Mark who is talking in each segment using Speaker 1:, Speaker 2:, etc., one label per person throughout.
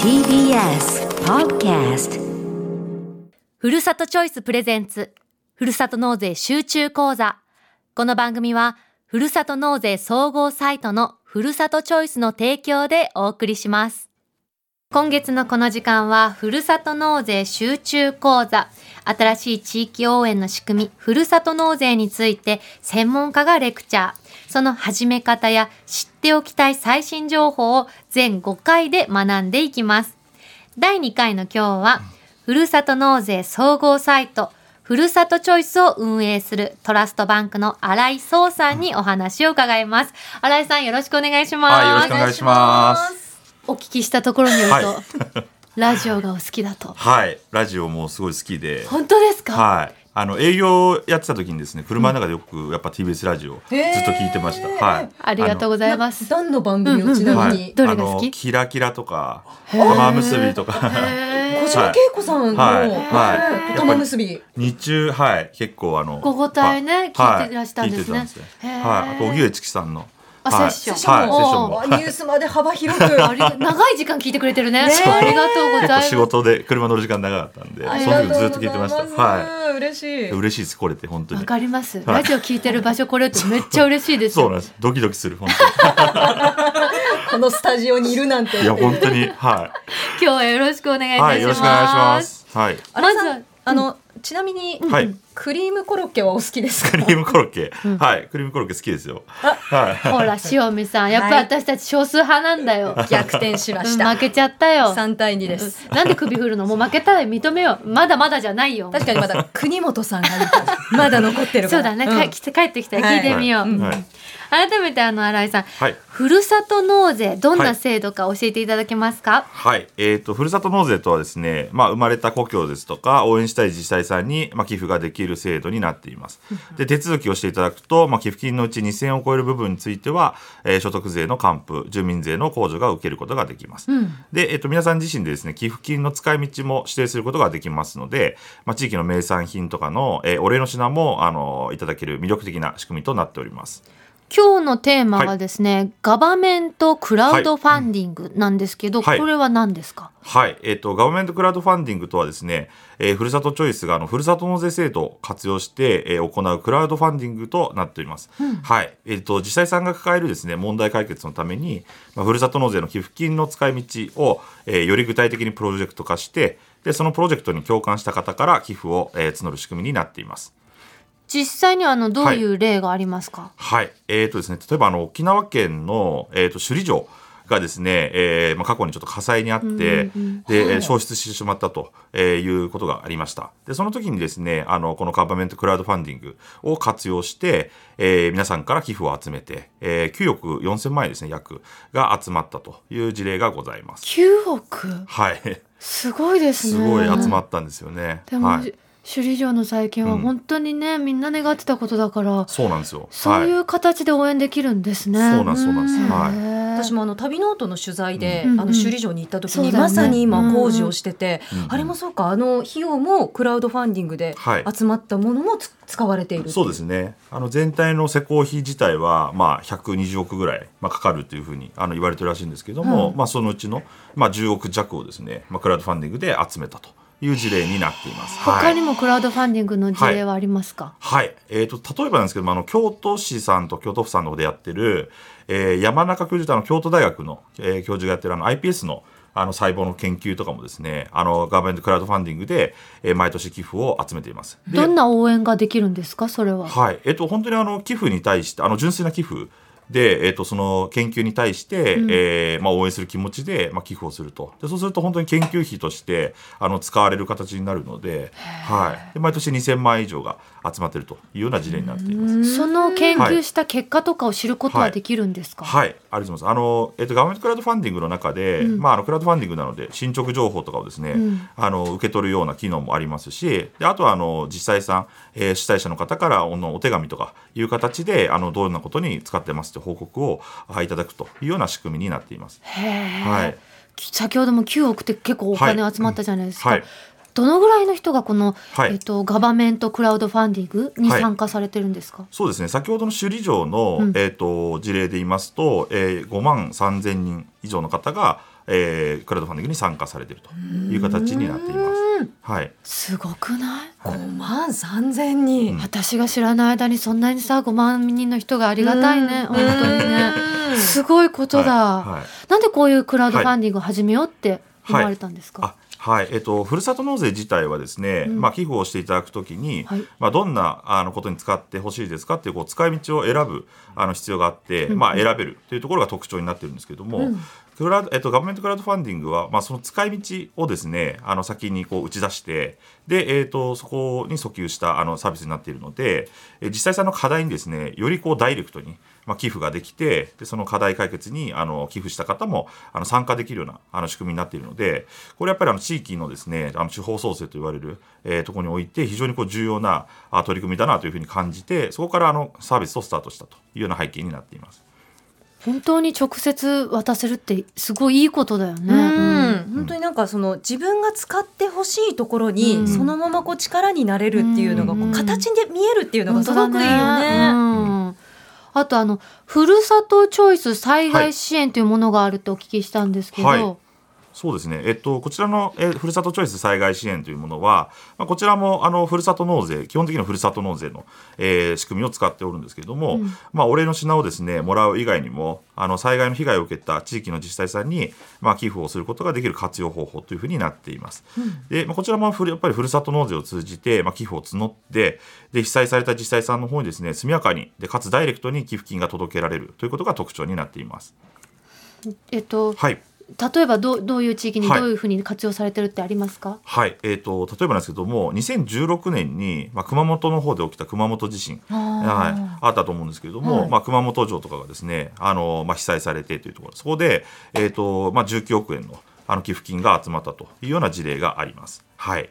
Speaker 1: TBS Podcast
Speaker 2: ふるさとチョイスプレゼンツ、ふるさと納税集中講座。この番組は、ふるさと納税総合サイトのふるさとチョイスの提供でお送りします。今月のこの時間は、ふるさと納税集中講座。新しい地域応援の仕組み、ふるさと納税について、専門家がレクチャー。その始め方や知っておきたい最新情報を全5回で学んでいきます。第2回の今日は、ふるさと納税総合サイト、ふるさとチョイスを運営するトラストバンクの新井壮さんにお話を伺います。新井さんよろしくお願いします。
Speaker 3: はい、よろしくお願いします。
Speaker 2: お聞きしたところによると、
Speaker 3: は
Speaker 2: ラジオがお好きだと。
Speaker 3: はい、ラジオもすごい好きで、
Speaker 2: 本当ですか、
Speaker 3: はい、あの営業やってた時にですね、車の中でよくやっぱ TBS ラジオずっと聞いてました。はい、
Speaker 2: ありがとう
Speaker 3: う
Speaker 2: ございます。
Speaker 4: 何の番組をちなみに、
Speaker 2: どれが好き
Speaker 3: あのキラキラとか玉結びとか
Speaker 2: へー
Speaker 4: 小島恵子さんの、
Speaker 3: はいはい
Speaker 4: はい、玉結び、
Speaker 3: 日中はい結構あの
Speaker 2: ごごたえね
Speaker 3: はい
Speaker 2: 聞いてらしたんですね
Speaker 3: 聞いてたんですね
Speaker 2: へー
Speaker 3: はい、あと荻上チキさんの
Speaker 2: あ
Speaker 3: はい
Speaker 2: セッション
Speaker 3: はいセッション
Speaker 2: お
Speaker 3: も
Speaker 2: ー
Speaker 3: は
Speaker 4: あ
Speaker 3: い
Speaker 4: ニュースまで幅広く。
Speaker 2: ありが長い時間聞いてくれてるね。
Speaker 4: ね
Speaker 2: ありがとうございます。
Speaker 3: 仕事で車乗る時間長かったんで、
Speaker 4: あ
Speaker 3: その
Speaker 4: りが
Speaker 3: 時もずっと聞いてました。は
Speaker 4: はい、嬉しい
Speaker 3: い、。嬉しいですこれって本当
Speaker 2: わ
Speaker 3: に。
Speaker 2: かります。
Speaker 3: は
Speaker 2: ラ
Speaker 3: い
Speaker 2: ジオ聞いてる場所これってめっちゃ嬉しいです
Speaker 3: そう
Speaker 2: よ。
Speaker 3: なんです。ドキドキする本
Speaker 4: このスタジオにいるなんて。
Speaker 3: 当に。いや本当には
Speaker 2: 今日はよろしくお願いい
Speaker 3: い
Speaker 2: たします。
Speaker 3: はいよろしくお願いします。はい。
Speaker 4: あら
Speaker 2: まず
Speaker 4: さ
Speaker 2: はうん
Speaker 4: ん、あの、ちなみに、
Speaker 3: はい
Speaker 4: クリームコロッケはお好きです
Speaker 3: ク
Speaker 4: か
Speaker 3: リ。ームコロッケ、はいクリームコロッケ好きですよはい
Speaker 2: ほら、塩見さん、やっぱ
Speaker 4: はい
Speaker 2: 私たち少数派なんだよ。
Speaker 4: 逆転しま
Speaker 2: う
Speaker 4: し
Speaker 2: ん
Speaker 4: た
Speaker 2: 負。けちゃったよ。
Speaker 4: 三対二です。
Speaker 2: なんで首振るのもう負けたら認めよう。まだまだじゃないよ。
Speaker 4: 確かにまだ国本さんがいるからまだ残ってるか
Speaker 2: そうだ
Speaker 4: ら。
Speaker 2: ね、
Speaker 4: ん
Speaker 2: か帰って帰ってきたら聞いてみよう。
Speaker 4: はい
Speaker 2: うん
Speaker 3: はい
Speaker 2: 改めてあの新井さん、
Speaker 3: はい
Speaker 2: ふるさと納税どん
Speaker 3: は
Speaker 2: ない制度か教えていただけますか。
Speaker 3: はいえー、とふるさと納税とはですね、まあ、生まれた故郷ですとか応援したい自治体さんに、まあ、寄付ができる制度になっていますで手続きをしていただくと、まあ、寄付金のうち2000円を超える部分については、えー所得税の還付住民税の控除が受けることができます、で、えっと、皆さん自身でですね、寄付金の使い道も指定することができますので、まあ、地域の名産品とかの、えーお礼の品も、あのいただける魅力的な仕組みとなっております。
Speaker 2: 今日のテーマがですね、ガバメントクラウドファンディングなんですけど、
Speaker 3: はい
Speaker 2: これは何ですか。
Speaker 3: はい、えっ、と、ガバメントクラウドファンディングとはですね、えーふるさとチョイスがあのふるさと納税制度を活用して、えー行うクラウドファンディングとなっております。はい、えっ、と、自治体さんが抱えるですね、問題解決のために、まあ、ふるさと納税の寄付金の使い道を、えーより具体的にプロジェクト化して、で、そのプロジェクトに共感した方から寄付を、えー募る仕組みになっています。
Speaker 2: 実際にはあのどういう例がありますか。
Speaker 3: はい、えーとですね、例えばあの沖縄県の、えー、と首里城がですね、えーまあ、過去にちょっと火災にあって、で、えー消失してしまったと、えーいうことがありましたでその時にですねあのこのガバメントクラウドファンディングを活用して、えー皆さんから寄付を集めて、えー9億4000万円ですね約が集まったという事例がございます。
Speaker 2: 9億
Speaker 3: はい、
Speaker 2: すごい ですね。
Speaker 3: すごい集まったんですよね。
Speaker 2: でも、
Speaker 3: はい、
Speaker 2: 首里城の再建は本当にね、みんな願ってたことだから、
Speaker 3: そうなんですよ。
Speaker 2: そうい
Speaker 3: は
Speaker 2: う形で応援できるんですね。
Speaker 3: い、そうなんです、そうなんです。はい。
Speaker 2: へー
Speaker 4: 私もあの旅ノートの取材で、
Speaker 2: うん
Speaker 4: あの首里城に行った時
Speaker 2: そう
Speaker 4: に、
Speaker 2: だよね
Speaker 4: まさに今工事をしてて、
Speaker 3: うんうん
Speaker 4: あれもそうかあの費用もクラウドファンディングで
Speaker 3: はい
Speaker 4: 集まったものもつ使われている
Speaker 3: そうですねあの全体の施工費自体は、まあ、120億ぐらい、まあ、かかるというふうにあの言われてるらしいんですけども、まあ、そのうちの、まあ、10億弱をですね、まあ、クラウドファンディングで集めたという事例になっています。は
Speaker 2: 他
Speaker 3: い
Speaker 2: にもクラウドファンディングの事例はありますか。
Speaker 3: はい。えっ、と、例えばなんですけども、あの、京都市さんと京都府さんの方でやってる、えー山中教授とあの、京都大学の、えー教授がやってるあの、iPS の、あの、細胞の研究とかもですね、あの、ガーメントクラウドファンディングで、えー毎年寄付を集めています。で
Speaker 2: どんな応援ができるんですか、それは。
Speaker 3: はい、えっと、本当にあの寄付に対して、あの純粋な寄付で、えっと、その研究に対して、えーまあ、応援する気持ちで、まあ、寄付をするとで、そうすると本当に研究費としてあの使われる形になるので,、はい、で、毎年2000万円以上が集まっているというような事例になっています。
Speaker 2: その研
Speaker 3: は
Speaker 2: 究
Speaker 3: い
Speaker 2: した結果とかを知ることは
Speaker 3: はい
Speaker 2: できるんですか。
Speaker 3: はい、ありがとうございます。あの、えっと、ガーメントクラウドファンディングの中で、まあ、あの、クラウドファンディングなので、進捗情報とかをですね、
Speaker 2: ん
Speaker 3: あの、受け取るような機能もありますし、であとは、あの、実際さん、えー主催者の方から、おのお手紙とかいう形で、あの、どんなことに使ってますって報告をあいただくというような仕組みになっています。
Speaker 2: へー
Speaker 3: はい。
Speaker 2: 先ほども9億って結構お金
Speaker 3: はい
Speaker 2: 集まったじゃないですか、
Speaker 3: はい。
Speaker 2: どのぐらいの人がこの、
Speaker 3: はい
Speaker 2: えっと、ガバメントクラウドファンディングに
Speaker 3: はい
Speaker 2: 参加されてるんですか、
Speaker 3: そうですね先ほどの首里城の、
Speaker 2: うん
Speaker 3: えー、と事例で言いますと、えー、5万3000人以上の方が、えークラウドファンディングに参加されているという形になっています。はい、
Speaker 2: すごくない
Speaker 4: 5万3千人、
Speaker 2: 私が知らない間にそんなにさ5万人の人がありがたいね、
Speaker 4: うん
Speaker 2: 本当にね、すごいことだ、
Speaker 3: はいはい
Speaker 2: なんでこういうクラウドファンディングを始めようって思われたんですか、
Speaker 3: あはいえっと、ふるさと納税自体はですね、まあ、寄付をしていただくときに、
Speaker 2: はい
Speaker 3: まあ、どんなあのことに使ってほしいですかっていうこう使い道を選ぶあの必要があって、まあ、選べるというところが特徴になってるんですけども、クラウドえっと、ガバメントクラウドファンディングは、まあ、その使い道をですねあの先にこう打ち出してで、えっとそこに訴求したあのサービスになっているのでえ実際さんの課題にですねよりこうダイレクトに、まあ、寄付ができてでその課題解決にあの寄付した方もあの参加できるようなあの仕組みになっているのでこれやっぱりあの地域のですねあの地方創生と言われる、えーところにおいて非常にこう重要なあ取り組みだなというふうに感じてそこからあのサービスをスタートしたというような背景になっています。
Speaker 2: 本当に直接渡せるってすごいいいことだよね、
Speaker 4: うん、本当になんかその自分が使ってほしいところに、
Speaker 2: うん
Speaker 4: そのままこう力になれるっていうのがこ
Speaker 2: うん
Speaker 4: う形で見えるっていうのが
Speaker 2: 本
Speaker 4: す
Speaker 2: 当だ
Speaker 4: ご
Speaker 2: ね
Speaker 4: くいいよ
Speaker 2: う
Speaker 4: ね。
Speaker 2: んあとあのふるさとチョイス災害支援というものがあるってお聞きしたんですけど、
Speaker 3: はいそうですね、えっと、こちらの、えーふるさとチョイス災害支援というものは、まあ、こちらもあのふるさと納税基本的にはふるさと納税の、えー仕組みを使っておるんですけれども、まあ、お礼の品をですねもらう以外にもあの災害の被害を受けた地域の自治体さんに、まあ、寄付をすることができる活用方法というふうになっています。でまあ、こちらもふるやっぱりふるさと納税を通じて、まあ、寄付を募ってで被災された自治体さんの方にですね速やかにでかつダイレクトに寄付金が届けられるということが特徴になっています。
Speaker 2: えっと、
Speaker 3: はい
Speaker 2: 例えばどうどういう地域にど
Speaker 3: はいう
Speaker 2: いうふうに活用されてるってありますか、
Speaker 3: はい、えー、と例えばなんですけども2016年に、まあ、熊本の方で起きた熊本地震はい、あったと思うんですけれども、
Speaker 4: はい
Speaker 3: まあ、熊本城とかがですねあの、まあ、被災されてというところそこで、えーとまあ、19億円のあの寄付金が集まったというような事例があります。はい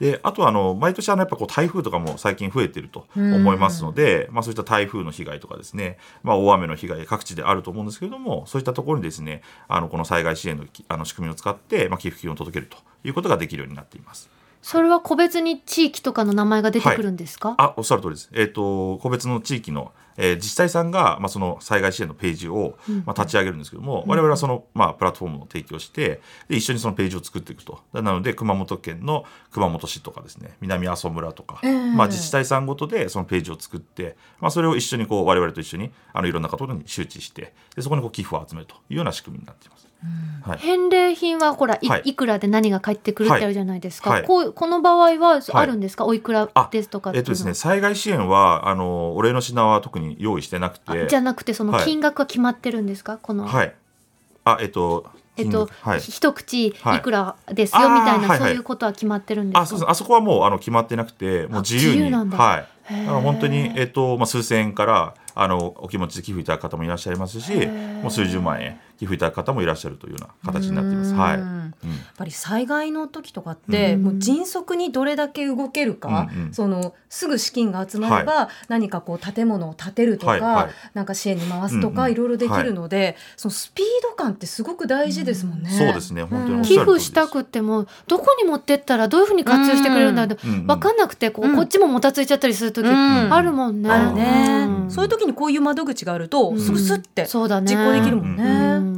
Speaker 3: であとはあの毎年あのやっぱこう台風とかも最近増えてると思いますので、まあ、そういった台風の被害とかですね、まあ、大雨の被害各地であると思うんですけれどもそういったところにですねあのこの災害支援のきあの仕組みを使って、まあ、寄付金を届けるということができるようになっています。
Speaker 2: それは個別に地域とかの名前が出てくるんですか、
Speaker 3: あおっしゃる通りです、えー、と個別の地域の、えー自治体さんが、まあ、その災害支援のページを、まあ、立ち上げるんですけども、我々はその、まあ、プラットフォームを提供してで一緒にそのページを作っていくとなので熊本県の熊本市とかですね南阿蘇村とか、まあ、自治体さんごとでそのページを作って、まあ、それを一緒にこう我々と一緒にあのいろんなところに周知してでそこにこう寄付を集めるというような仕組みになっています。はい
Speaker 2: 返礼品はほらい,、
Speaker 3: はい
Speaker 2: い、くらで何が返ってくるってあるじゃないですか、
Speaker 3: はいはい
Speaker 2: こうこの場合はあるんですか、おいくら
Speaker 3: あ
Speaker 2: ですとかってい
Speaker 3: えっ
Speaker 2: う
Speaker 3: と
Speaker 2: の
Speaker 3: ですね、災害支援はあのお礼の品は特に用意してなく
Speaker 2: あ
Speaker 3: て
Speaker 2: じゃなくてその
Speaker 3: はい
Speaker 2: 金額は決まってるんですかこの、
Speaker 3: はい。あ、えっと、
Speaker 2: えっと
Speaker 3: 金、はい。
Speaker 2: ひ一口い
Speaker 3: はい
Speaker 2: くらですよみたいな、
Speaker 3: あーはいはい
Speaker 2: そういうことは決まってるんですか
Speaker 3: あ、そうです。あそこはもうあの決まってなくて、もう自由
Speaker 2: 自
Speaker 3: に、
Speaker 2: 由なんだ
Speaker 3: はい。
Speaker 2: へー
Speaker 3: だから本当にえっとまあ数千円からあのお気持ちで寄付いただく方もいらっしゃいますし、
Speaker 2: ー
Speaker 3: もう数十万円寄付いただく方もいらっしゃるというような形になっています。はい。
Speaker 4: う
Speaker 3: うん
Speaker 4: んやっぱり災害の時とかって、
Speaker 2: うん
Speaker 4: もう迅速にどれだけ動けるか、
Speaker 3: うんうん
Speaker 4: そのすぐ資金が集まれば、何かこう建物を建てるとか、
Speaker 3: はいはい
Speaker 4: なんか支援に回すとか、
Speaker 3: うんうん
Speaker 4: いろいろできるので、そのスピード感ってすごく大事ですもんね。
Speaker 3: そうですね。本当におっし
Speaker 2: 寄
Speaker 3: ゃる
Speaker 2: 付
Speaker 3: 通りです
Speaker 2: したくってもどこに持ってったらどういうふうに活用してくれるんだろう
Speaker 3: うんうん
Speaker 2: 分かんなくてこ,、う
Speaker 4: うん
Speaker 2: こっちももたついちゃったりする時
Speaker 4: うん
Speaker 2: あるもんね。
Speaker 4: あるね、
Speaker 2: うん
Speaker 4: そういう時にこういう窓口があると、
Speaker 2: ん
Speaker 4: すぐスッて
Speaker 2: そうだね
Speaker 4: 実行できるもんね。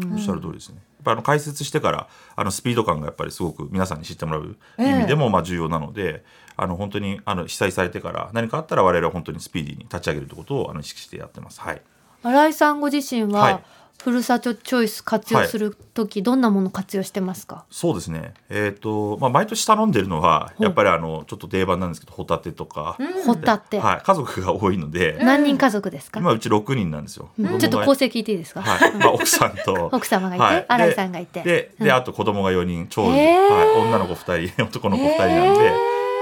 Speaker 2: うん
Speaker 3: おっしゃる通りですね。やっぱあの解説してからあのスピード感がやっぱりすごく皆さんに知ってもらう意味でもまあ重要なので、あの本当にあの被災されてから何かあったら我々は本当にスピーディーに立ち上げるということをあの意識してやってます。はい。
Speaker 2: 新井さんご自身は、
Speaker 3: はい
Speaker 2: ふるさとチョイス活用する時、どんなもの活用してますか
Speaker 3: そうですね。えっ、とまあ毎年頼んでるのはやっぱりあのちょっと定番なんですけどホタテとか、
Speaker 2: ホタテ、
Speaker 3: はい家族が多いので、
Speaker 2: 何人家族ですか、
Speaker 3: 今うち6人なんですよ。
Speaker 2: うんちょっと構成聞いていいですか、
Speaker 3: はい、まあ、奥さん と
Speaker 2: 奥様がいて
Speaker 3: はい
Speaker 2: 新井さんがいて
Speaker 3: でであと子供が4人長女、
Speaker 2: へー
Speaker 3: はい、女の子2人男の子2人なんで、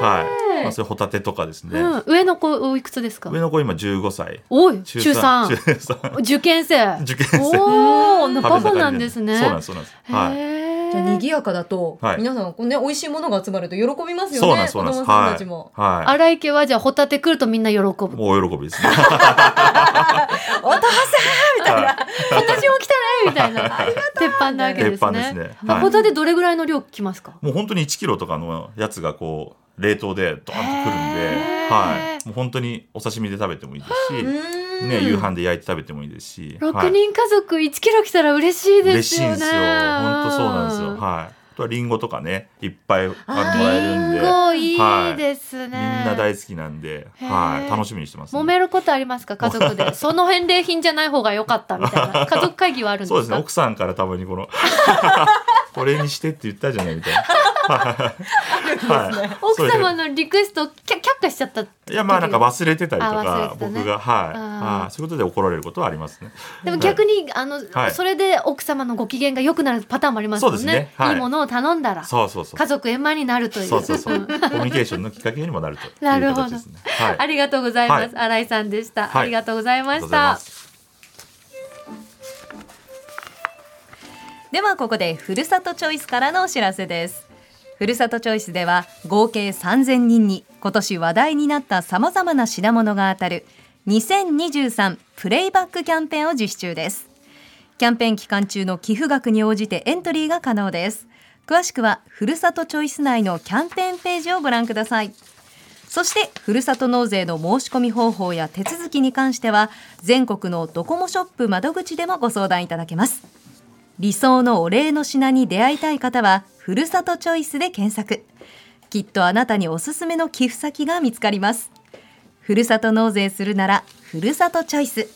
Speaker 3: はいまあ、それホタテとかですね、
Speaker 2: うん、上の子おいくつですか
Speaker 3: 上の子今15歳
Speaker 2: おい中
Speaker 3: 三
Speaker 2: 3
Speaker 3: 中3
Speaker 2: 受験生
Speaker 3: 受験生
Speaker 2: おおパパなんですね
Speaker 3: そうなんですそうなんです、は
Speaker 2: へ
Speaker 3: い
Speaker 2: ー
Speaker 4: と賑やかだと、
Speaker 3: はい
Speaker 4: 皆さんこうね美味しいものが集まると喜びますよ
Speaker 3: そうなん
Speaker 4: ね
Speaker 3: です、そ
Speaker 4: 子
Speaker 3: うなんです。
Speaker 4: 供さんたちも、
Speaker 3: はい。は
Speaker 2: 荒井家はじゃあホタテ来るとみんな 喜ぶ。
Speaker 3: い。もうお喜びですね。
Speaker 4: お父さんみたいな
Speaker 2: こんな注文来たねみたい な。鉄板なわけで
Speaker 3: 鉄
Speaker 2: す
Speaker 3: 板
Speaker 2: ね。
Speaker 3: ですね。
Speaker 2: あ
Speaker 3: はい
Speaker 2: ホタテどれぐらいの量来ますか。
Speaker 3: もう本当に1キロとかのやつがこう冷凍でドーンとくるんで
Speaker 2: へ、ー
Speaker 3: はい、もう本当にお刺身で食べてもいいですし、
Speaker 4: うーん
Speaker 3: ね、夕飯で焼いて食べてもいいですし、
Speaker 2: 六
Speaker 3: はい、
Speaker 2: 人家族一キロ来たら嬉しい
Speaker 3: 嬉
Speaker 2: です
Speaker 3: しい
Speaker 2: よ
Speaker 3: ん
Speaker 2: ね。
Speaker 3: ですよ。本当そうなんですよ。はい。あとはリンゴとかね、いっぱいあの
Speaker 4: あー
Speaker 3: もらえるんで、
Speaker 2: リンゴいい
Speaker 3: はい。
Speaker 2: です
Speaker 3: み
Speaker 2: ね。
Speaker 3: んな大好きなんで、
Speaker 2: へー
Speaker 3: はい、楽しみにしてますね、
Speaker 2: 揉めることありますか家族で。その返礼品じゃない方が良かったみたい な。家族会議はあるんです
Speaker 3: そう
Speaker 2: か。
Speaker 3: ですね、奥さんからたまにこの これにしてって言ったじゃないみたいな。はい
Speaker 2: 奥
Speaker 3: そうです
Speaker 2: 様のリクエストをキャ却下しちゃった時
Speaker 3: いやまあなんか忘れてたりと
Speaker 2: あ忘れ
Speaker 3: か
Speaker 2: てたね
Speaker 3: 僕がはい
Speaker 2: あー
Speaker 3: はいそういうことで怒られることはありますね。
Speaker 2: でも逆に、あの、
Speaker 3: はい
Speaker 2: それで奥様のご機嫌が良くなるパターンもありますもんね
Speaker 3: そうですねはい
Speaker 2: いものを頼んだら
Speaker 3: そうそうそう。
Speaker 2: 家族円満になるという
Speaker 3: そうそうそ う。
Speaker 2: ん
Speaker 3: コミュニケーションのきっかけにもなるという
Speaker 2: なるほど
Speaker 3: 形ですね。はい。
Speaker 2: ありがとうございます、新井さんでした、
Speaker 3: はい
Speaker 2: ありがとうござい
Speaker 3: あ
Speaker 2: ま
Speaker 3: りがとうご
Speaker 2: し
Speaker 3: ざいま
Speaker 2: た
Speaker 3: す。
Speaker 4: ではここでふるさとチョイスからのお知らせですふるさとチョイスでは合計3000人に今年話題になったさまざまな品物が当たる2023プレイバックキャンペーンを実施中ですキャンペーン期間中の寄付額に応じてエントリーが可能です詳しくはふるさとチョイス内のキャンペーンページをご覧くださいそしてふるさと納税の申し込み方法や手続きに関しては全国のドコモショップ窓口でもご相談いただけます理想のお礼の品に出会いたい方はふるさとチョイスで検索きっとあなたにおすすめの寄付先が見つかりますふるさと納税するならふるさとチョイス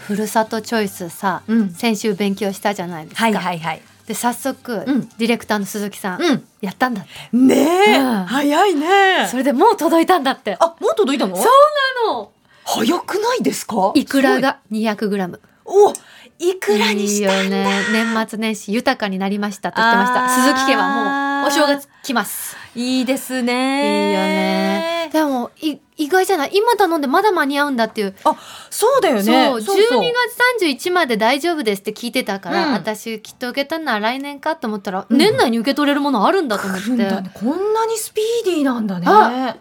Speaker 2: ふるさとチョイスさ、
Speaker 4: うん
Speaker 2: 先週勉強したじゃないですか、
Speaker 4: いはい
Speaker 2: で早速、
Speaker 4: うん
Speaker 2: ディレクターの鈴木さん、
Speaker 4: うん
Speaker 2: やったんだって
Speaker 4: ねえ、
Speaker 2: うん
Speaker 4: 早いね
Speaker 2: それでもう届いたんだって
Speaker 4: あもう届いたの
Speaker 2: そうなの
Speaker 4: 早くないですか
Speaker 2: いくらが 200g
Speaker 4: おいくらにした
Speaker 2: いいよね年末年始豊かになりましたと言ってました
Speaker 4: あー
Speaker 2: 鈴木家はもうお正月来ます
Speaker 4: いいです
Speaker 2: いいよねでもい意外じゃない今頼んでまだ間に合うんだっていう、
Speaker 4: あそうだよね
Speaker 2: そう
Speaker 4: そうそう
Speaker 2: 12月31まで大丈夫ですって聞いてたから、
Speaker 4: うん
Speaker 2: 私きっと受け取るのは来年かと思ったら、
Speaker 4: うん
Speaker 2: 年内に受け取れるものあるんだと思っ
Speaker 4: 来るんだ
Speaker 2: て
Speaker 4: ねこんなにスピーディーなんだね
Speaker 2: あ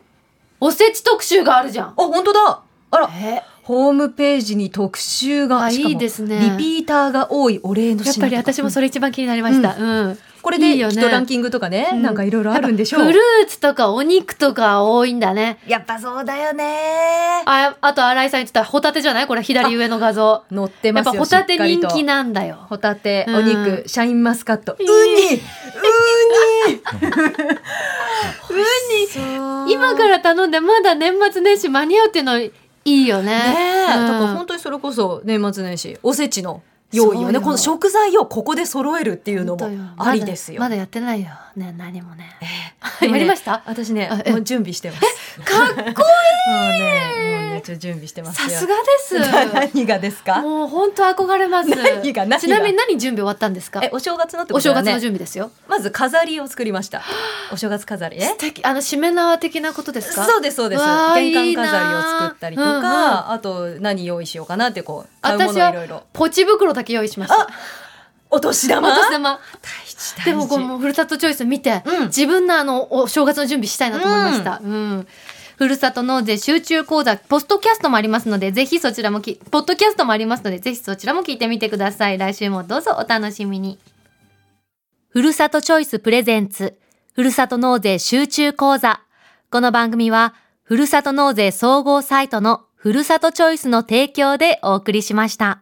Speaker 2: おせち特集があるじゃん
Speaker 4: あ本当だあら
Speaker 2: え
Speaker 4: ホームページに特集が
Speaker 2: あ
Speaker 4: しかも
Speaker 2: いいですね
Speaker 4: リピーターが多いお礼の
Speaker 2: や
Speaker 4: 品
Speaker 2: っ
Speaker 4: とか
Speaker 2: ぱり私もそれ一番気になりました、うん
Speaker 4: これ
Speaker 2: い
Speaker 4: で
Speaker 2: い
Speaker 4: き
Speaker 2: よ
Speaker 4: っ
Speaker 2: ね
Speaker 4: とランキングとかね、
Speaker 2: うん
Speaker 4: なんかいろいろあるんでしょう
Speaker 2: フルーツとかお肉とか多いんだね
Speaker 4: やっぱそうだよね
Speaker 2: ああと新井さん言ってたホタテじゃないこれ左上の画像
Speaker 4: 乗って
Speaker 2: や
Speaker 4: ま
Speaker 2: っ
Speaker 4: すよ
Speaker 2: ぱホタテ人気な
Speaker 4: な
Speaker 2: んだよ
Speaker 4: ホタテ、
Speaker 2: うん
Speaker 4: お肉、シャインマスカット、ウ
Speaker 2: い
Speaker 4: ニ
Speaker 2: い
Speaker 4: ウニ
Speaker 2: ウニ今から頼んでまだ年末年始間に合うっていうのいいよね
Speaker 4: ねえ、だ
Speaker 2: うん
Speaker 4: から本当にそれこそ年末年始おせちの用意を
Speaker 2: そう
Speaker 4: ね
Speaker 2: よ
Speaker 4: この食材をここで揃えるっていうのも
Speaker 2: 本当よ
Speaker 4: ありですよ、
Speaker 2: まだまだやってないよね何もね
Speaker 4: でも
Speaker 2: や
Speaker 4: ね
Speaker 2: りました
Speaker 4: 私ね
Speaker 2: あえ
Speaker 4: もう準備してます
Speaker 2: かっこ
Speaker 4: もうねもうねちょっと準備してます
Speaker 2: さ
Speaker 4: よ
Speaker 2: すがです
Speaker 4: 何がですか
Speaker 2: もう本当憧れます
Speaker 4: 何が何が
Speaker 2: ちなみに何準備終わったんですか
Speaker 4: えお正月のって
Speaker 2: お
Speaker 4: こと
Speaker 2: 正
Speaker 4: だよ
Speaker 2: 月
Speaker 4: ね
Speaker 2: の準備ですよ
Speaker 4: まず飾りを作りま したお正月飾りね
Speaker 2: 素敵あのしめ縄的なことですか
Speaker 4: そうですそうです
Speaker 2: わあ
Speaker 4: 玄
Speaker 2: い
Speaker 4: 関
Speaker 2: いな
Speaker 4: 飾りを作ったりとか
Speaker 2: うんうん
Speaker 4: あと何用意しようかなってこう買うも
Speaker 2: 私
Speaker 4: のいろ
Speaker 2: は
Speaker 4: いろ
Speaker 2: ポチ袋だけ用意しました
Speaker 4: あお年玉
Speaker 2: お年玉
Speaker 4: 大事
Speaker 2: でも
Speaker 4: 大
Speaker 2: こ
Speaker 4: 事
Speaker 2: のふるさとチョイス見て、
Speaker 4: うん
Speaker 2: 自分のあのお正月の準備したいなと思いました、うんふるさと納税集中講座ポストキャストもありますのでぜひそちらもきポッドキャストもありますのでぜひそちらも聞いてみてください来週もどうぞお楽しみにふるさとチョイスプレゼンツふるさと納税集中講座この番組はふるさと納税総合サイトのふるさとチョイスの提供でお送りしました